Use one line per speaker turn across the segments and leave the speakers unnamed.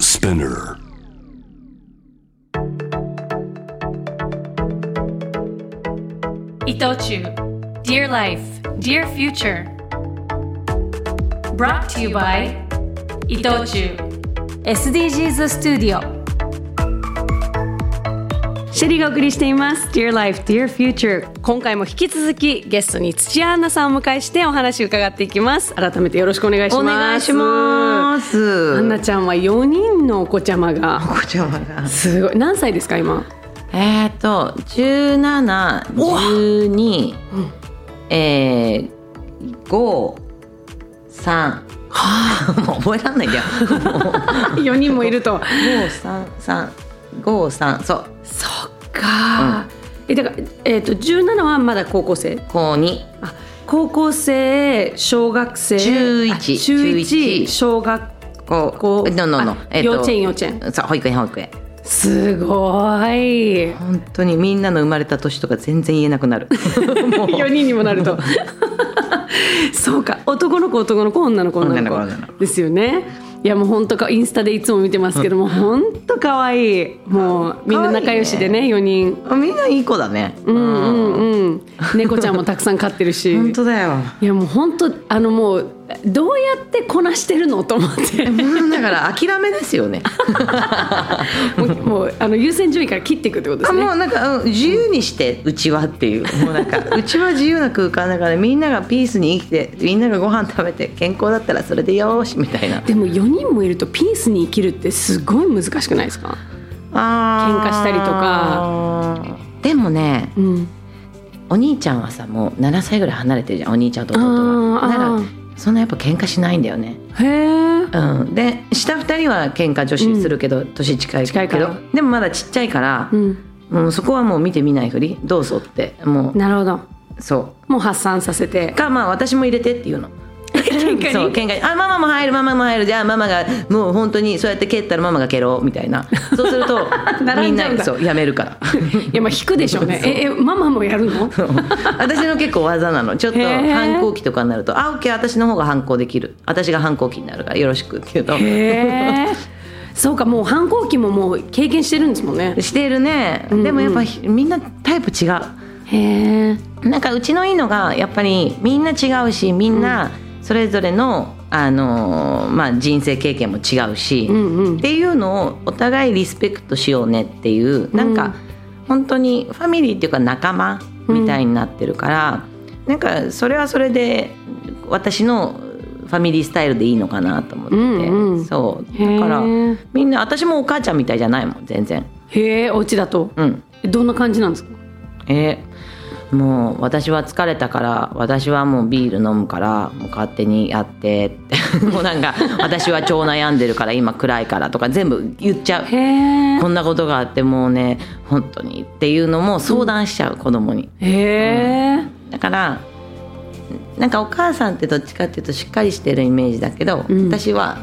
Spinner.
伊藤忠 Dear Life, Dear Future Brought to you by 伊藤忠 SDGs ス t u d i o
シェリーがお送りしています。Dear Life, Dear Future。今回も引き続きゲストに土屋アンナさんをお迎えしてお話を伺っていきます。改めてよろしくお願いします。
お願いします
アンナちゃんは4人のお子ちゃまが。
こちらが
すごい。何歳ですか今？
えっ、ー、
お
と
わ
1712えー、53はあ もう覚えらんないんだよ
4人もいると。
5353そう
そっか。えだからえっ、と17はまだ高校生。
高2
あ高校生、小学生、
11
あ中一、
11
小学
高
校、
no, no, no.
あ
えっと
幼稚園幼稚園。
そう保育園保育園
すごい。
本当にみんなの生まれた年とか全然言えなくな るもう
4人にもなる とそうか男の子男の子女の子女の子
女の子女の
ですよねいやもう本当かインスタでいつも見てますけども本当可愛いもうみんな仲良しでね4人
あみんないい子だね
うんうんうん猫ちゃんもたくさん飼ってるし
本当だよ
いやもう本当あのもうどうやってこなしてるの と思 って
うんだから諦めですよね
もうもうあの優先順位から切っていくってことで
あ
すね
もうなんか、うん自由にしてうちはっていう もうなんかうちは自由な空間だからみんながピースに生きてみんながご飯食べて健康だったらそれでよしみたいな
でも4人もいるとピースに生きるってすごい難しくないですか
あー
喧嘩したりと
でもね
うん
お兄ちゃんはさもう7歳ぐらい離れてるじゃんお兄ちゃんと弟
あ
は
ー
だか
あ
ら
ー
そんなやっぱ喧嘩しないんだよね
へえ
うん、で下2人は喧嘩女子するけど、年近いけど
近いから
でもまだちっちゃいから、
うん
もうそこはもう見て見ないふりどうぞっても
なるほど
うそ
もう発散させ
う
て
かまあ私も入れてっていうの
喧嘩に
そう喧嘩にあママも入るママも入るじゃあママがもう本当にそうやって蹴ったらママが蹴ろうみたいなそうすると み
並
ん
んじゃうんだ
なそうやめるから
いやまあ引くでしょうねええママもやるの
私の結構技なのちょっと
へー
反抗期とかになると「あオッケー私の方が反抗できる私が反抗期になるからよろしく」って言うと
へえそうかもう反抗期ももう経験してるんですもんね
しているね、
んうん
でもやっぱひみんなタイプ違う。
へえ
なんかうちのいいのがやっぱりみんな違うしみんなそれぞれの、あのーまあ、人生経験も違うし、
うんうん
っていうのをお互いリスペクトしようねっていうなんか本当にファミリーっていうか仲間みたいになってるから、なんかそれはそれで私のファミリースタイルでいいのかなと思ってて、
うんうん
そう
へー
だからみんな私もお母ちゃんみたいじゃないもん全然。
へえお家だと
うん
どんな感じなんですか
えーもう私は疲れたから私はもうビール飲むからもう勝手にやってって もうなんか私は超悩んでるから今暗いからとか全部言っちゃう
へえ
こんなことがあってもうね本当にっていうのも相談しちゃう子供に
へえ
だからなんかお母さんってどっちかっていうとしっかりしてるイメージだけど、
うん
私は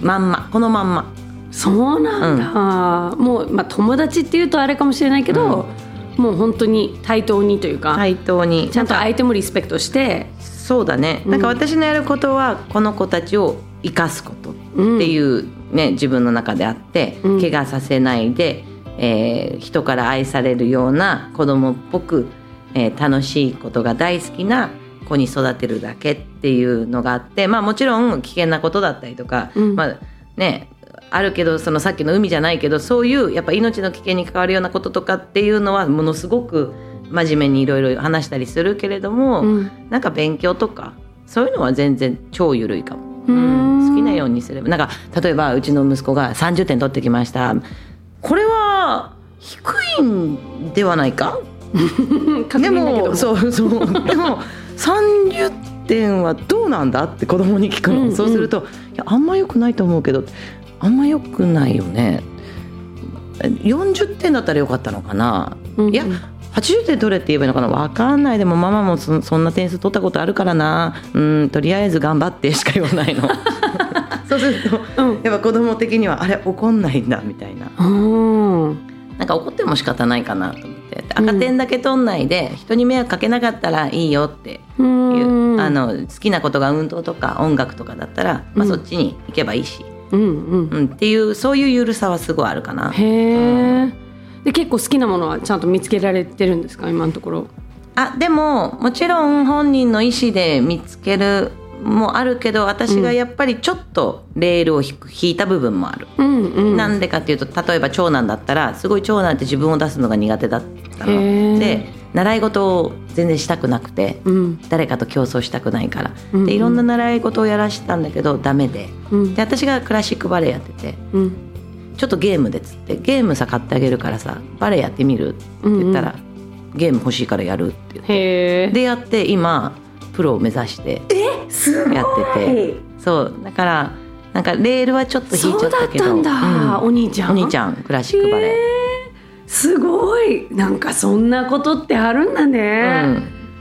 まんまこのまんま
そうなんだもうまあ友達っていうとあれかもしれないけどもう本当に対等にというか
対等に
ちゃんと相手もリスペクトして
そうだね、なんか私のやることはこの子たちを生かすことっていう、ね自分の中であって、
うん
怪我させないで、えー人から愛されるような子供っぽく、えー楽しいことが大好きな子に育てるだけっていうのがあってまあもちろん危険なことだったりとか、
うん
まあねあるけどそのさっきの海じゃないけどそういうやっぱ命の危険に関わるようなこととかっていうのはものすごく真面目にいろいろ話したりするけれども、
うん
なんか勉強とかそういうのは全然超ゆるいかも、
う
うんん、好きなようにすればなんか例えばうちの息子が30点取ってきましたこれは低いんではないか
確
で
認だけど
もそうそうでも30点はどうなんだって子供に聞くの、
うんうん
そうするといやあんま良くないと思うけどあんま良くないよね40点だったらよかったのかな、
うんうん
いや80点取れって言えばいいのかな分かんないでもママもそそんな点数取ったことあるからなうんとりあえず頑張ってしか言わない のそうすると、
うん
やっぱ子供的にはあれ怒んないんだみたいな
うん
なんか怒っても仕方ないかなと思って赤点だけ取んないで、人に迷惑かけなかったらいいよって
う
いう、
ん
あの好きなことが運動とか音楽とかだったら、まあ、そっちに行けばいいし、
うんうん
うん、っていうそういうゆるさはすごいあるかな。
へえ、で結構好きなものはちゃんと見つけられてるんですか今のところ
あでももちろん本人の意思で見つけるもあるけど私がやっぱりちょっとレールを引く引いた部分もある。
うんうん
なんでかっていうと例えば長男だったらすごい長男って自分を出すのが苦手だった
へー
ので習い事を全然したくなくて、
うん
誰かと競争したくないから、
うんうん
でいろんな習い事をやらしてたんだけどダメで
うん
で私がクラシックバレエやってて
うん
ちょっとゲームでっつってゲームさ買ってあげるからさバレエやってみるって言ったら、ゲーム欲しいからやるって言って
へえ
でやって今プロを目指して
す
やっててそうだからなんかレールはちょっと引いち
そ
ゃ
うだ
った
っ
けど
たんだ、
うん
お兄ちゃん
お兄ちゃんクラシックバレエ、
すごいなんかそんなことってあるんだね、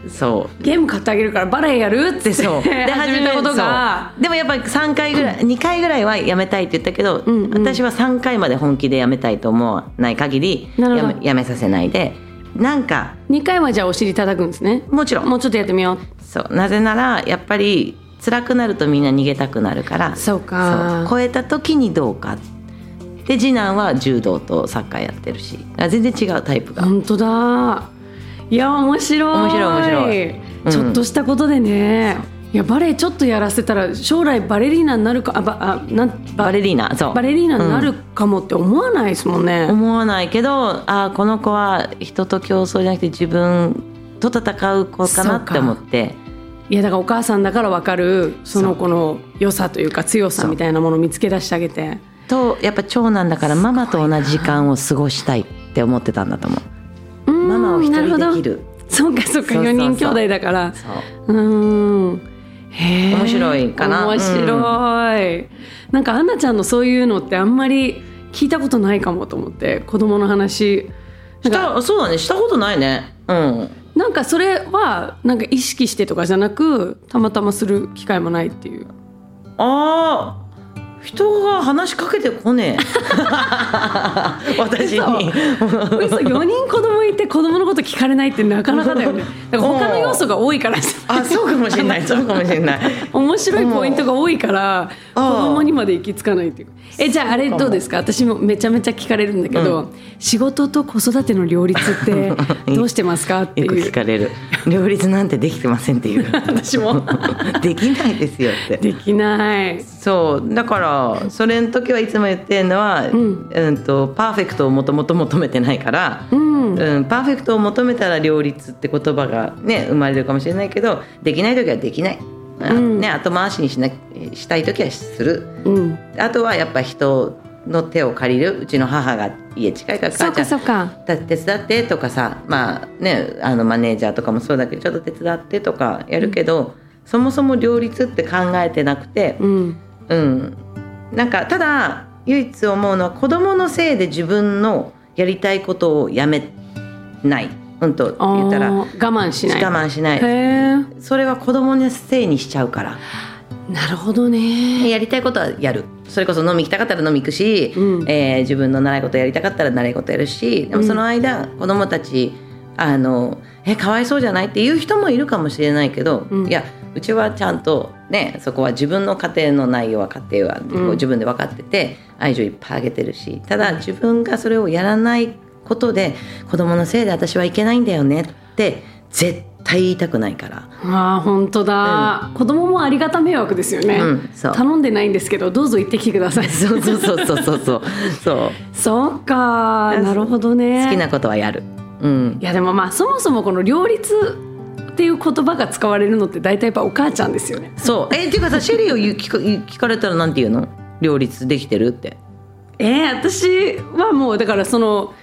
うん、そう
ゲーム買ってあげるからバレエやるって
でそうで
始めたことが
そうでもやっぱり3回ぐらい、2回ぐ らいはやめたいって言ったけど、
んうん
私は3回まで本気でやめたいと思わない限り
な
や
るほど
めやめさせないでなんか
2回はじゃあお尻叩くんですね
もちろん
もうちょっとやってみよう
そうなぜならやっぱり辛くなるとみんな逃げたくなるから
そうか
そう超えた時にどうかで次男は柔道とサッカーやってるしあ全然違うタイプが、
本当だいや面白い
面白い面白いうん
ちょっとしたことでね、いやバレエちょっとやらせたら将来バレリーナになるかあばあなん
バレリーナそう
バレリーナになるかもって思わないですもんね、
思わないけどあーこの子は人と競争じゃなくて自分と戦う子か
そ
なっ
う
て
か
思って
いやだからお母さんだから分かるその子の良さというか強さみたいなものを見つけ出してあげて
とやっぱ長男だからママと同じ時間を過ごしたいって思ってたんだと思
うー
うマ
ん
マを一人でき
なる
る
ほどそうかそうか
そうそうそ
4
う
人兄弟だから
そ
う
う
ーんへー
面白いかな
面白い、なんかアンナちゃんのそういうのってあんまり聞いたことないかもと思って子供の話
し
なんか
たそうだねしたことないねうん
なんかそれはなんか意識してとかじゃなくたまたまする機会もないっていう
あー人が話しかけて こねえ私に
嘘4人子供いて子供のこと聞かれないってなかなかだ よねだから他の要素が多いからじゃない
あそうかもし れないそうかもしれない
面白いポイントが多いから子
ああ
供にまで行き着かないっていうえじゃああれどうですか私もめちゃめちゃ聞かれるんだけど、仕事と子育ての両立 ってどうしてますかって
よく
い
聞
う
かれる両立なんてできてませんっていう
私も
できないですよって
できない
そうだからそれの時はいつも言ってるのは、うんとパーフェクトをもともと求めてないから、
ん
うんパーフェクトを求めたら両立って言葉が、ね、生まれるかもしれないけどできない時はできない、うんね、後回しにしなしたい時はする、
うん
あとはやっぱ人の手を借りるうちの母が家近いから
そうか
母ち
そ
ゃ
うんか
だ手伝ってとかさまあねあのマネージャーとかもそうだけどちょっと手伝ってとかやるけど、そもそも両立って考えてなくて
うん
うん、なんかただ唯一思うのは子供のせいで自分のやりたいことをやめない、うん、と
あー
言ったら
我
我
慢しない
慢しな
へ
い
え
それは子供のせいにしちゃうから
なるほどね
やりたいことはやるそれこそ飲み行きたかったら飲み行くし、
うん
えー自分の習い事やりたかったら習い事やるしでもその間、子供たちあのえかわいそうじゃないっていう人もいるかもしれないけど、
うん
いやうちはちゃんとねそこは自分の家庭の内容は家庭は、こう自分で分かってて愛情いっぱいあげてるしただ自分がそれをやらないことで子供のせいで私はいけないんだよねって絶対言いたくないから。
ああ本当だ、子供もありがた迷惑ですよね、
うんそう
頼んでないんですけどどうぞ行ってきてください
そうそうそうそうそうそうそう
そうかなるほどね
好きなことはやる。うん
いやでもまあそもそもこの両立っていう言葉が使われるのって大体やっぱお母ちゃんですよね
そうえっていうかさシェリーを言う聞か聞かれたらなんて言うの両立できてるって
えー、私はもうだからその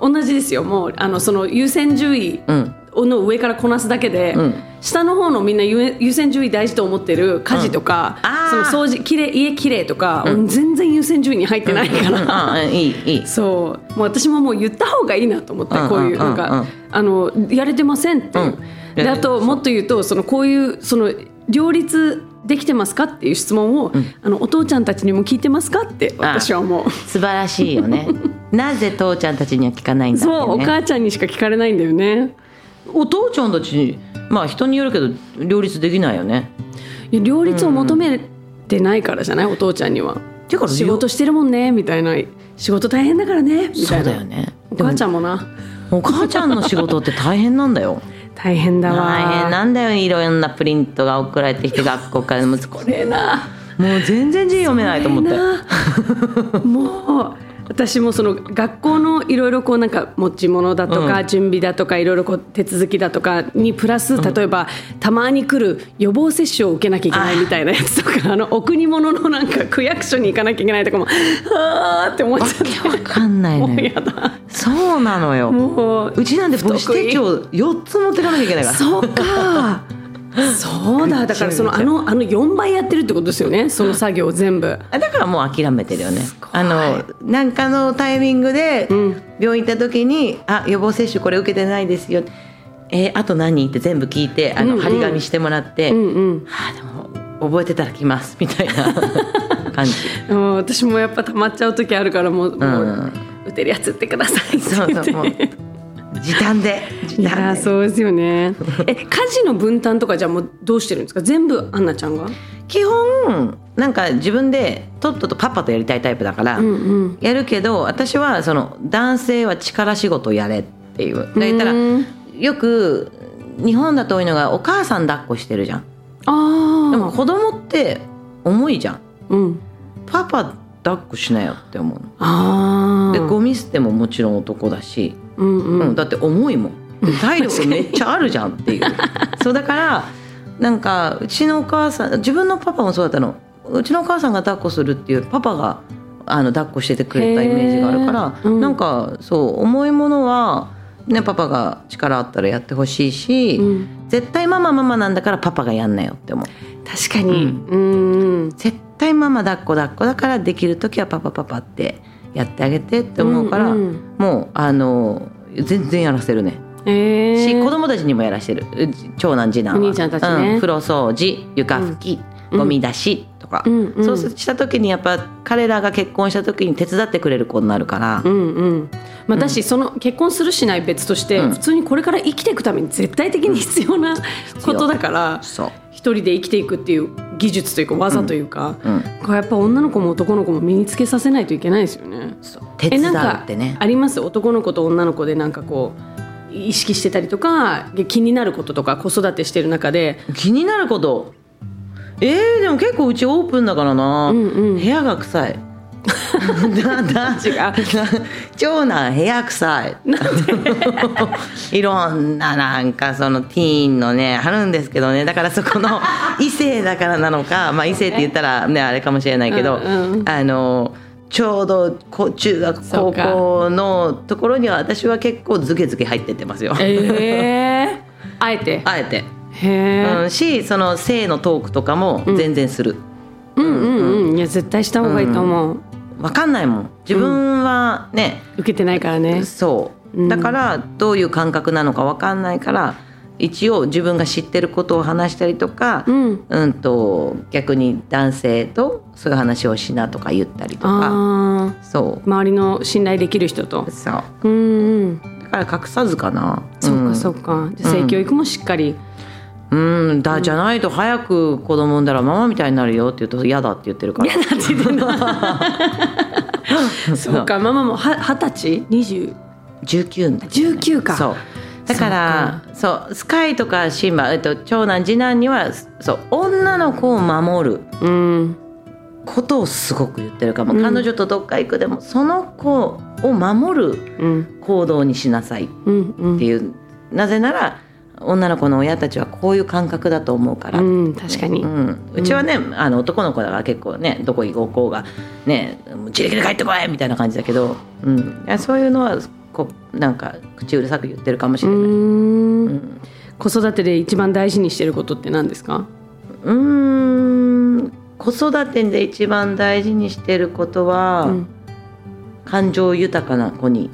同じですよもうあのその優先順位
うん
の上からこなすだけで、
ん
下の方のみんな優優先順位大事と思ってる家事とか、
うんあー
その掃除きれい家きれいとか、全然優先順位に入ってないから、
ああいいいい
そうもう私ももう言った方がいいなと思って、
うん
こういう
うん
なん
うんう
か
ん、
あのやれてませんっていう、
うん
であともっと言うとそのこういうその両立できてますかっていう質問を、あのお父ちゃんたちにも聞いてますかって私は 思う。
素晴らしいよ ねなぜ父ちゃんたちには聞かないんだって、ね、
そう、お母ちゃんにしか聞かれないんだよね。
お父ちゃんたちにまあ人によるけど両立できないよね
いや両立を求めてないからじゃない、お父ちゃんには。
ていうか
仕事してるもんねみたいな仕事大変だからねみた
そ
いう
だ
な、
よね
お母ちゃんもな
でもお母ちゃんの仕事って大変なんだよ
大変だわ
大変なんだよいろんなプリントが送られてきて学校からもうこれなもう全然字読めないと 思って
なもう私もその学校のいろいろこうなんか持ち物だとか準備だとかいろいろこう手続きだとかにプラス例えばたまに来る予防接種を受けなきゃいけないみたいなやつと かあのお国物のなんか区役所に行かなきゃいけないとかもあーって思っちゃって
わ かんないの
もう
よ
やだ
そうなのよ
もう
うちなんて母
不
子
得意
手帳4つ持ってかなきゃいけないから
そうかそうだだからそのあのあの4倍やってるってことですよねその作業を全部
あだからもう諦めてるよねあのなんかのタイミングで病院行った時に「あ予防接種これ受けてないですよ」えーあと何?」って全部聞いてあの、張り紙してもらって「
うんうん
はあでも覚えてたら来ます」みた いな感じ
うん私もやっぱ溜まっちゃう時あるからもう,、もう打てるやつ打ってくださいって
そう
言っ
そ
て
うもう時短で時
いや
短
ー
で
そうですよねえ家事の分担とかじゃあもうどうしてるんですか全部アンナちゃんが
基本なんか自分でとっととパパとやりたいタイプだから、やるけど私はその男性は力仕事をやれっていうだから言ったらよく日本だと多いのがお母さん抱っこしてるじゃん
あ
で
あ
も子供って重いじゃん
うん
パパ抱っこしなよって思うの
あ
で
あ
ゴミ捨てももちろん男だし、
うんうん
うん、だって重いもんで体力めっちゃあるじゃん っていうそうだからなんかうちのお母さん自分のパパもそうだったのうちのお母さんが抱っこするっていうパパがあの抱っこしててくれたイメージがあるから、
へーうん
なんかそう重いものは、ね、パパが力あったらやってほしいし、
うん
絶対ママママなんだからパパがやんなよって思う
確かにうんうん
絶対ママ抱っこ抱っこだからできる時はパパパパってやってあげてって思うから、
うんうん
もうあの全然やらせるね。
え
し子
ー、
供たちにもやらしてるうち長男次男は
お兄ちゃんたちね
うん風呂掃除床拭き、ゴミ出しとか、
うんうん
そうした時にやっぱ彼らが結婚した時に手伝ってくれる子になるから、
うんうんまあ、だし、その結婚するしない別として、普通にこれから生きていくために絶対的に必要なことだから
そう
一人で生きていくっていう技術というか技というか、
うんうん
これやっぱ女の子も男の子も身につけさせないといけないですよね。
そう手
え
伝
な
うん
か
ってね
あります男の子と女の子でなんかこう意識してたりとか気になることとか子育てしてる中で
気になることえー、でも結構うちオープンだからな、部屋が 臭いだだ
違う
長男部屋臭い いろんななんかそのティーンのねあるんですけどねだからそこ の異性だからなのか、まあ、異性って言ったらねあれかもしれないけど、
うんう
あのちょうどこ中学
そ
高
うか
校のところには私は結構ズケズケ入ってってますよ、
えー、あえて
あえて。
へえ、
うん、しその性のトークとかも全然する、
うんうんうんいや絶対した方がいいと思う、
わかんないもん自分はね、
受けてないからね
そうだからどういう感覚なのかわかんないから一応自分が知ってることを話したりとか、
うん
と逆に男性とそういう話をしなとか言ったりとか
ああ
そ
周りの信頼できる人と
うそう
うんうん
だから隠さずかな
そうかそうかじゃあ性教育もしっかり、
うん、うんだじゃないと早く子供産んだらママみたいになるよって言うと嫌だって言ってるから
そうかママもは二十歳二十
19だっけ
十九か
そうだからそうスカイとかシンバ、えっと、長男次男にはそう女の子を守る
うん
ことをすごく言ってるかも、彼女とどっか行くでもその子を守る
うん
行動にしなさいっ
うんうん
ていう、なぜなら女の子の親たちはこういう感覚だと思うから、
うん確かに、
うんうちはね、あの男の子だから結構ねどこ行こうがね自力で帰ってこいみたいな感じだけど、うん、いやそういうのはこうなんか口うるさく言ってるかもしれない。
うん子育てで一番大事にしてることって何ですか
うーん子育てで一番大事にしてることは、
ん
感情豊かな子に、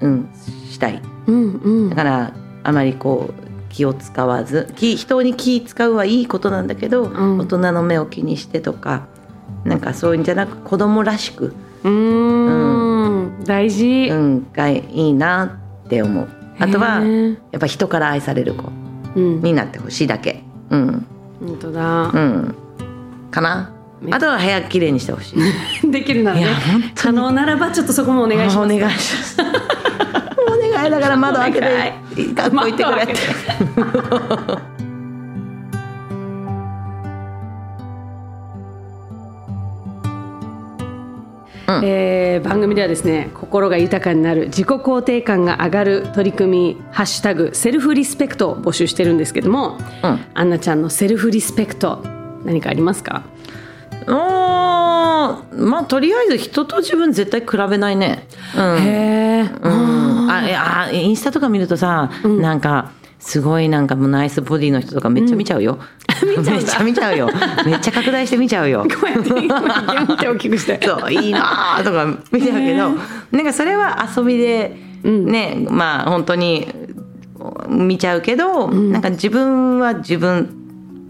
うん、したい
うんうん
だからあまりこう気を使わず気人に気使うはいいことなんだけど、
ん
大人の目を気にしてとかなんかそういうんじゃなく子供らしく、
うん大事、
うん、がいいなって思うあとは
へー
やっぱ人から愛される子
うん
になってほしいだけうん
本当だ
う、んかな
ね
あとは早く綺麗にしてほしい
できるならね
いや本当に
可能ならばちょっとそこもお願いします
お願いし ますお願いだから窓開けて学校行ってくれって
窓開けてえー番組ではですね心が豊かになる自己肯定感が上がる取り組み「ハッシュタグセルフリスペクト」を募集してるんですけども、
うん
アンナちゃんのセルフリスペクト何かありますか
おーまあとりあえず人と自分絶対比べないねうん
へえ、
うんあえあインスタとか見るとさ、なんかすごいなんかもうナイスボディの人とかめっちゃ見ちゃうよ、 めっちゃ見ちゃうよめっちゃ拡大して見ちゃうよ
こうやってギュンって大きくして
そういいなーとか見ちゃうけど、なんかそれは遊びでね、まあ本当に見ちゃうけど、なんか自分は自分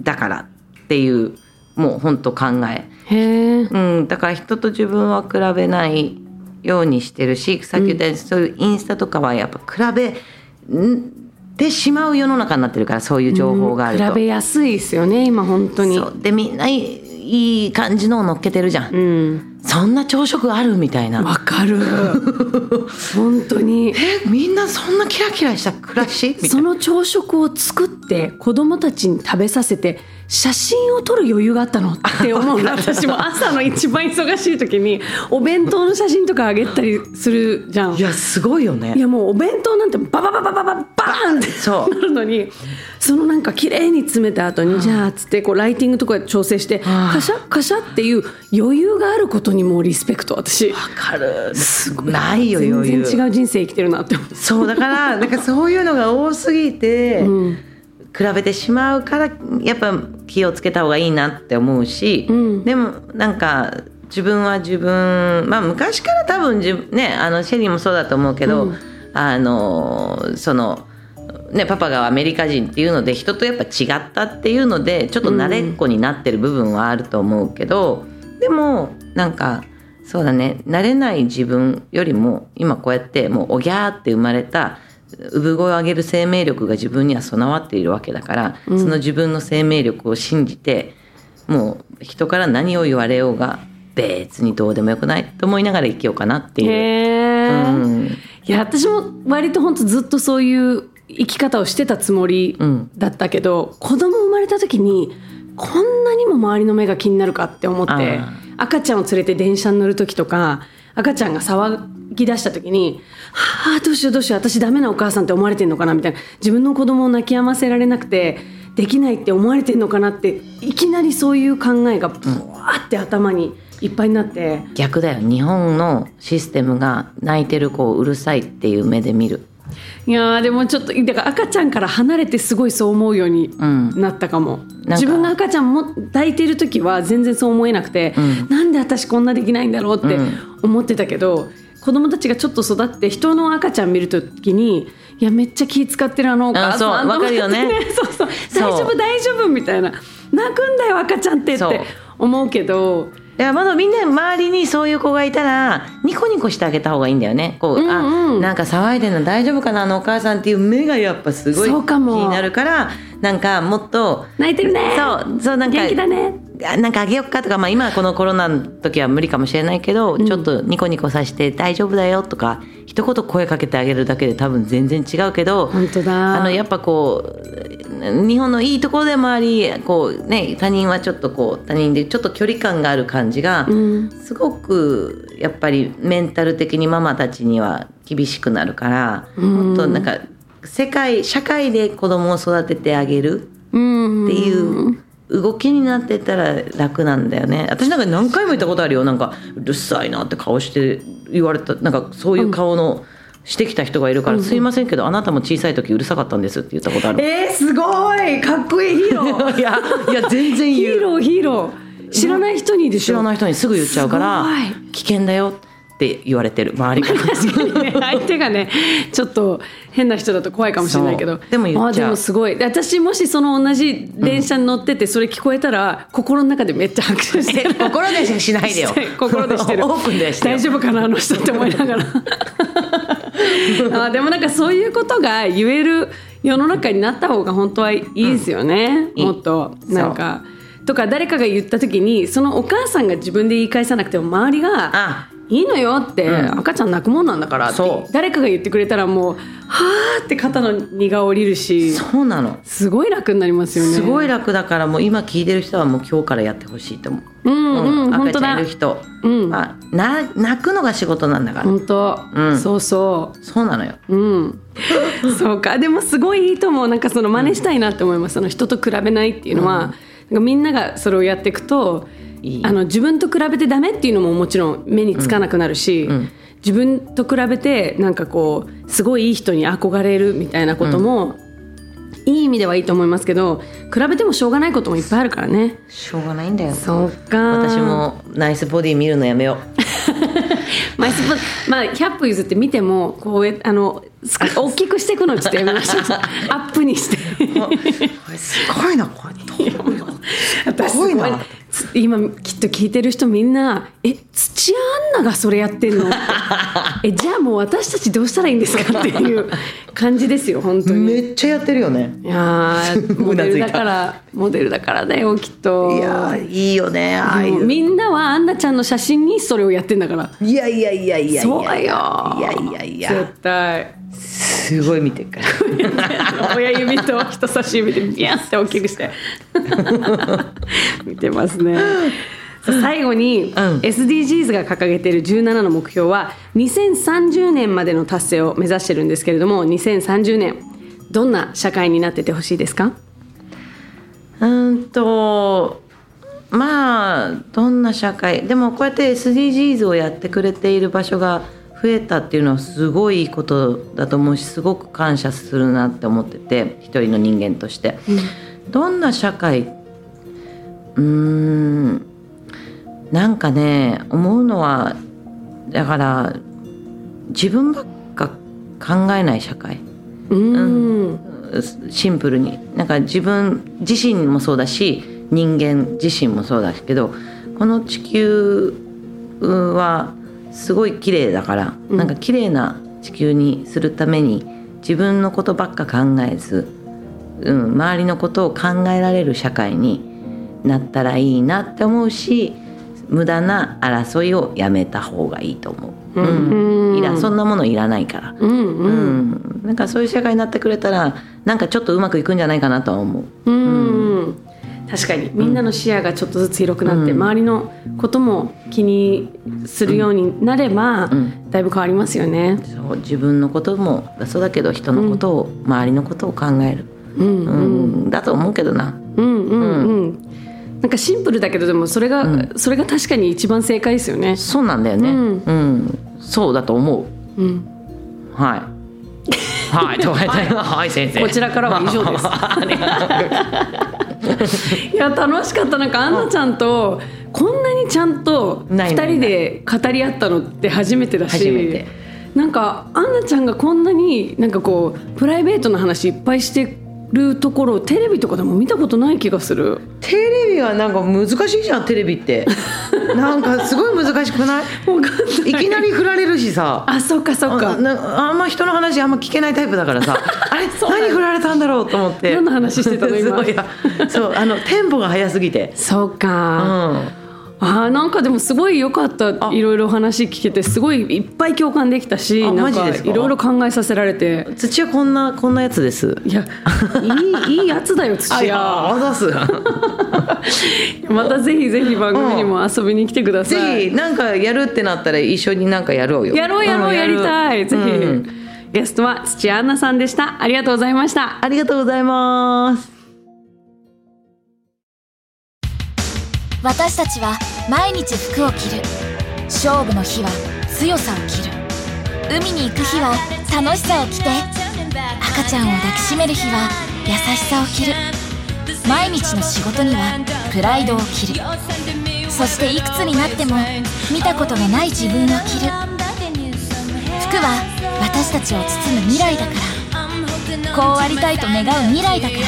だからっていうもう本当考え
へえ
うん、だから人と自分は比べないようにしてるしさっき言ったようにそういうインスタとかはやっぱ比べんてしまう世の中になってるからそういう情報があると。
比べやすいですよね今本当に
そうでみんないいいい感じのを乗っけてるじゃん、
うん
そんな朝食あるみたいな
わかる 本当に
えみんなそんなキラキラした暮らしみた
そ
いな
の朝食を作って子供たちに食べさせて写真を撮る余裕があったのって思う の私も朝の一番忙しい時にお弁当の写真とかあげたりするじゃんい
い
や
やすごいよね
もうお弁当なんてバババババババーンって
そう
なるのにそのなんか綺麗に詰めた後にじゃあつってこうライティングとか調整して
あ
カシャカシャっていう余裕があることにもうリスペクト私
わかるすごいないよ余裕
全然違う人生生きてるなって思って
そうだからなんかそういうのが多すぎて、比べてしまうからやっぱ気をつけた方がいいなって思うし、でもなんか自分は自分まあ昔から多分自分ねあのシェリーもそうだと思うけど、あのその。ね、パパがアメリカ人っていうので人とやっぱ違ったっていうのでちょっと慣れっこになってる部分はあると思うけど、でもなんかそうだね慣れない自分よりも今こうやってもうおぎゃーって生まれた産声を上げる生命力が自分には備わっているわけだから、その自分の生命力を信じてもう人から何を言われようが別にどうでもよくないと思いながら生きようかなっていう。
へー
うん
いや私も割と本当ずっとそういう生き方をしてたつもり
うん
だったけど、子供生まれた時にこんなにも周りの目が気になるかって思っ
あ
て
ー
赤ちゃんを連れて電車に乗る時とか赤ちゃんが騒ぎ出した時に「はあどうしようどうしよう私ダメなお母さんって思われてんのかな」みたいな自分の子供を泣き止ませられなくてできないって思われてんのかなっていきなりそういう考えがブワーって頭にいっぱいになって。
逆だよ日本のシステムが泣いてる子をうるさいっていう目で見る
いやーでもちょっとだから赤ちゃんから離れてすごいそう思うようになったかも、
か
自分が赤ちゃんも抱いてる時は全然そう思えなくて、なんで私こんなできないんだろうって思ってたけど、子供たちがちょっと育って人の赤ちゃん見るときにいやめっちゃ気使ってるあのお母さん
あそう
の
わかるよね
そうそう
そう
大丈夫大丈夫みたいな泣くんだよ赤ちゃんってっ
そう
て思うけど
だからまだみんな周りにそういう子がいたらニコニコしてあげた方がいいんだよねこう、あなんか騒いでるの大丈夫かなあのお母さんっていう目がやっぱすごい気
そうかも
になるからなんかもっと
泣いてるね
そうそうなんか
元気だね
あなんかあげよっかとか、まあ、今はこのコロナの時は無理かもしれないけど、ちょっとニコニコさせて大丈夫だよとか一言声かけてあげるだけで多分全然違うけど
本当だ
あのやっぱこう日本のいいところでもありこう、ね、他人はちょっとこう他人でちょっと距離感がある感じが、すごくやっぱりメンタル的にママたちには厳しくなるから、本当なんか世界社会で子供を育ててあげる。
うん
っていう動きになってたら楽なんだよね私なんか何回も言ったことあるよなんかうるさいなって顔して言われたなんかそういう顔の、してきた人がいるから、すいませんけどあなたも小さい時うるさかったんですって言ったことある、
えー、すごいかっこいいヒーロー
いやいや全 然
ヒ
言
ー
う
ローヒーロー知らない人にでし
知
ょ
らない人にすぐ言っちゃうから
す
危険だよって言われてる周りから
確かにね 相手がねちょっと変な人だと怖いかもしれないけど
そうでも言っちゃう
あでもすごいで私もしその同じ電車に乗っててそれ聞こえたら、心の中でめっちゃ拍手して
え
る
心でしないでよ
心でしてる
オープンでしてよ
大丈夫かなあの人って思いな がらあーでもなんかそういうことが言える世の中になった方が本当はいいですよね、
うんいい
もっとなんかとか誰かが言った時にそのお母さんが自分で言い返さなくても周りが
あ
「いいのよ」って、
うん
赤ちゃん泣くもんなんだから」って
そう
誰かが言ってくれたらもう「はあ」って肩の荷が下りるし
そうなの
すごい楽になりますよね。
すごい
楽
楽だからもう今聞いてる人はもう今日からやってほしいと思う、
うんうん、本当
赤ちゃん
だ
いる人、
うん
まあ、な泣くのが仕事なんだから、
本当、
うん
そうそ
そうなのよ
ううんそうかでもすごいいいと思うなんかその真似したいなって思います、その人と比べないっていうのは、なんかみんながそれをやっていくと
いい
あの自分と比べてダメっていうのももちろん目につかなくなるし、
ん
自分と比べてなんかこうすごいいい人に憧れるみたいなことも、いい意味ではいいと思いますけど比べてもしょうがないこともいっぱいあるからね
しょうがないんだよ
そうか
私もナイスボディ見るのやめよう
まあ、スポまあ、100歩譲って見てもこうえあのす大きくしていくのちょっとやめま しょうアップにして
こ れすごいなこれどうよ
私
すごいな
つ今きっと聞いてる人みんな「え土屋アンナがそれやってん の?って」えじゃあもう私たちどうしたらいいんですか?」っていう感じですよ本当に。
めっちゃやってるよね
いや ーモ
うな
デ
ず
ル
いた
だからモデルだからだよきっと
いやーいいよねああい
もう
う
みんなはアンナちゃんの写真にそれをやってんだから
いやいやいやいやいや
そうよ
いやいやいや
絶対
すごい見てるか ら
親指と人差し指でビャンって大きく して見てます ねさあ最後に、SDGs が掲げている17の目標は2030年までの達成を目指してるんですけれども2030年どんな社会になっててほしいですか
うーんとまあどんな社会でもこうやって SDGs をやってくれている場所が増えたっていうのはすごいいいことだと思うしすごく感謝するなって思ってて一人の人間として。どんな社会うーんなんかね思うのはだから自分ばっか考えない社会。
うーん
シンプルになんか自分自身もそうだし人間自身もそうだけどこの地球はすごい綺麗だから、なんか綺麗な地球にするために自分のことばっか考えず、うん、周りのことを考えられる社会になったらいいなって思うし無駄な争いをやめた方がいいと思う。うんいらそんなものいらないから、
うんうん
うん、なんかそういう社会になってくれたらなんかちょっとうまくいくんじゃないかなとは思う
うん確かにみんなの視野がちょっとずつ広くなって、周りのことも気にするようになれば、
ん
だいぶ変わりますよね。
そう自分のこともそうだけど人のことを、周りのことを考える、
うん
うん、だと思うけどな
うんうんうん、なんかシンプルだけどでもそれが、それが確かに一番正解ですよね。
そうなんだよね、
うん
うんそうだと思う、はいはいとか言 ってはい先生
こちらからは以上です。いや楽しかったなんかアンナちゃんとこんなにちゃんと
な
二
いない
人で語り合ったのって初めてだし
初めて
なんかアンナちゃんがこんなになんかこうプライベートな話いっぱいしてるところをテレビとかでも見たことない気がす る
テレビはなんか難しいじゃんテレビって なんかすごい難しくない
わかんない
いきなり振られるしさ
あそうかそう
あ
か
なあんま人の話あんま聞けないタイプだか らさあれ
そうなんだ
何振られたんだろうと思って
何の話してたの今
そういやそうあのテンポが速すぎて
そう
う
か、
ん
あーなんかでもすごい良かった
あ
いろいろ話聞けてすごいいっぱい共感できたし
あ
な
マ
ん
ジ
か
ですか
いろいろ考えさせられて
土屋こんなこんなやつです
いやいいいいやつだよ土
あいや
屋
あざっす
またぜひぜひ番組にも遊びに来てください、
ぜひなんかやるってなったら一緒になんかやろうよ
やろうやろう、
ん
やりたい
る
ぜひ、
うん
ゲストは土屋アンナさんでしたありがとうございました
ありがとうございます
私たちは毎日服を着る勝負の日は強さを着る海に行く日は楽しさを着て赤ちゃんを抱きしめる日は優しさを着る毎日の仕事にはプライドを着るそしていくつになっても見たことのない自分を着る服は私たちを包む未来だからこうありたいと願う未来だから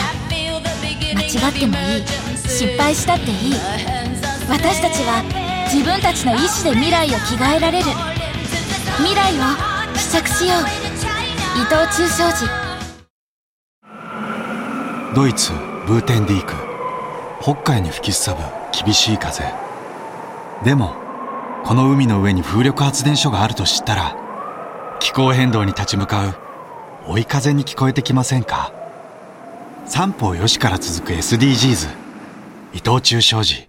間違ってもいい失敗したっていい私たちは自分たちの意思で未来を着替えられる未来を試着しよう伊藤忠商事
ドイツブーテンディーク北海に吹きすさぶ厳しい風でもこの海の上に風力発電所があると知ったら気候変動に立ち向かう追い風に聞こえてきませんか三方よしから続く SDGs 伊藤忠商事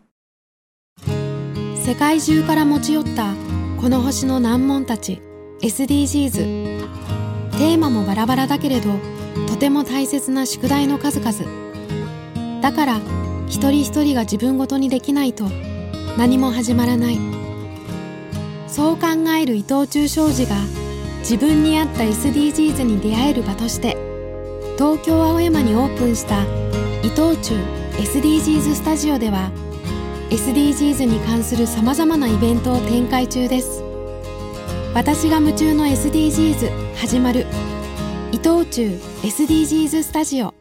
世界中から持ち寄ったこの星の難問たち SDGs テーマもバラバラだけれどとても大切な宿題の数々だから一人一人が自分ごとにできないと何も始まらないそう考える伊藤忠商事が自分に合った SDGs に出会える場として東京青山にオープンした伊藤忠 SDGs スタジオでは SDGs に関するさまざまなイベントを展開中です私が夢中の SDGs 始まる伊藤忠 SDGs スタジオ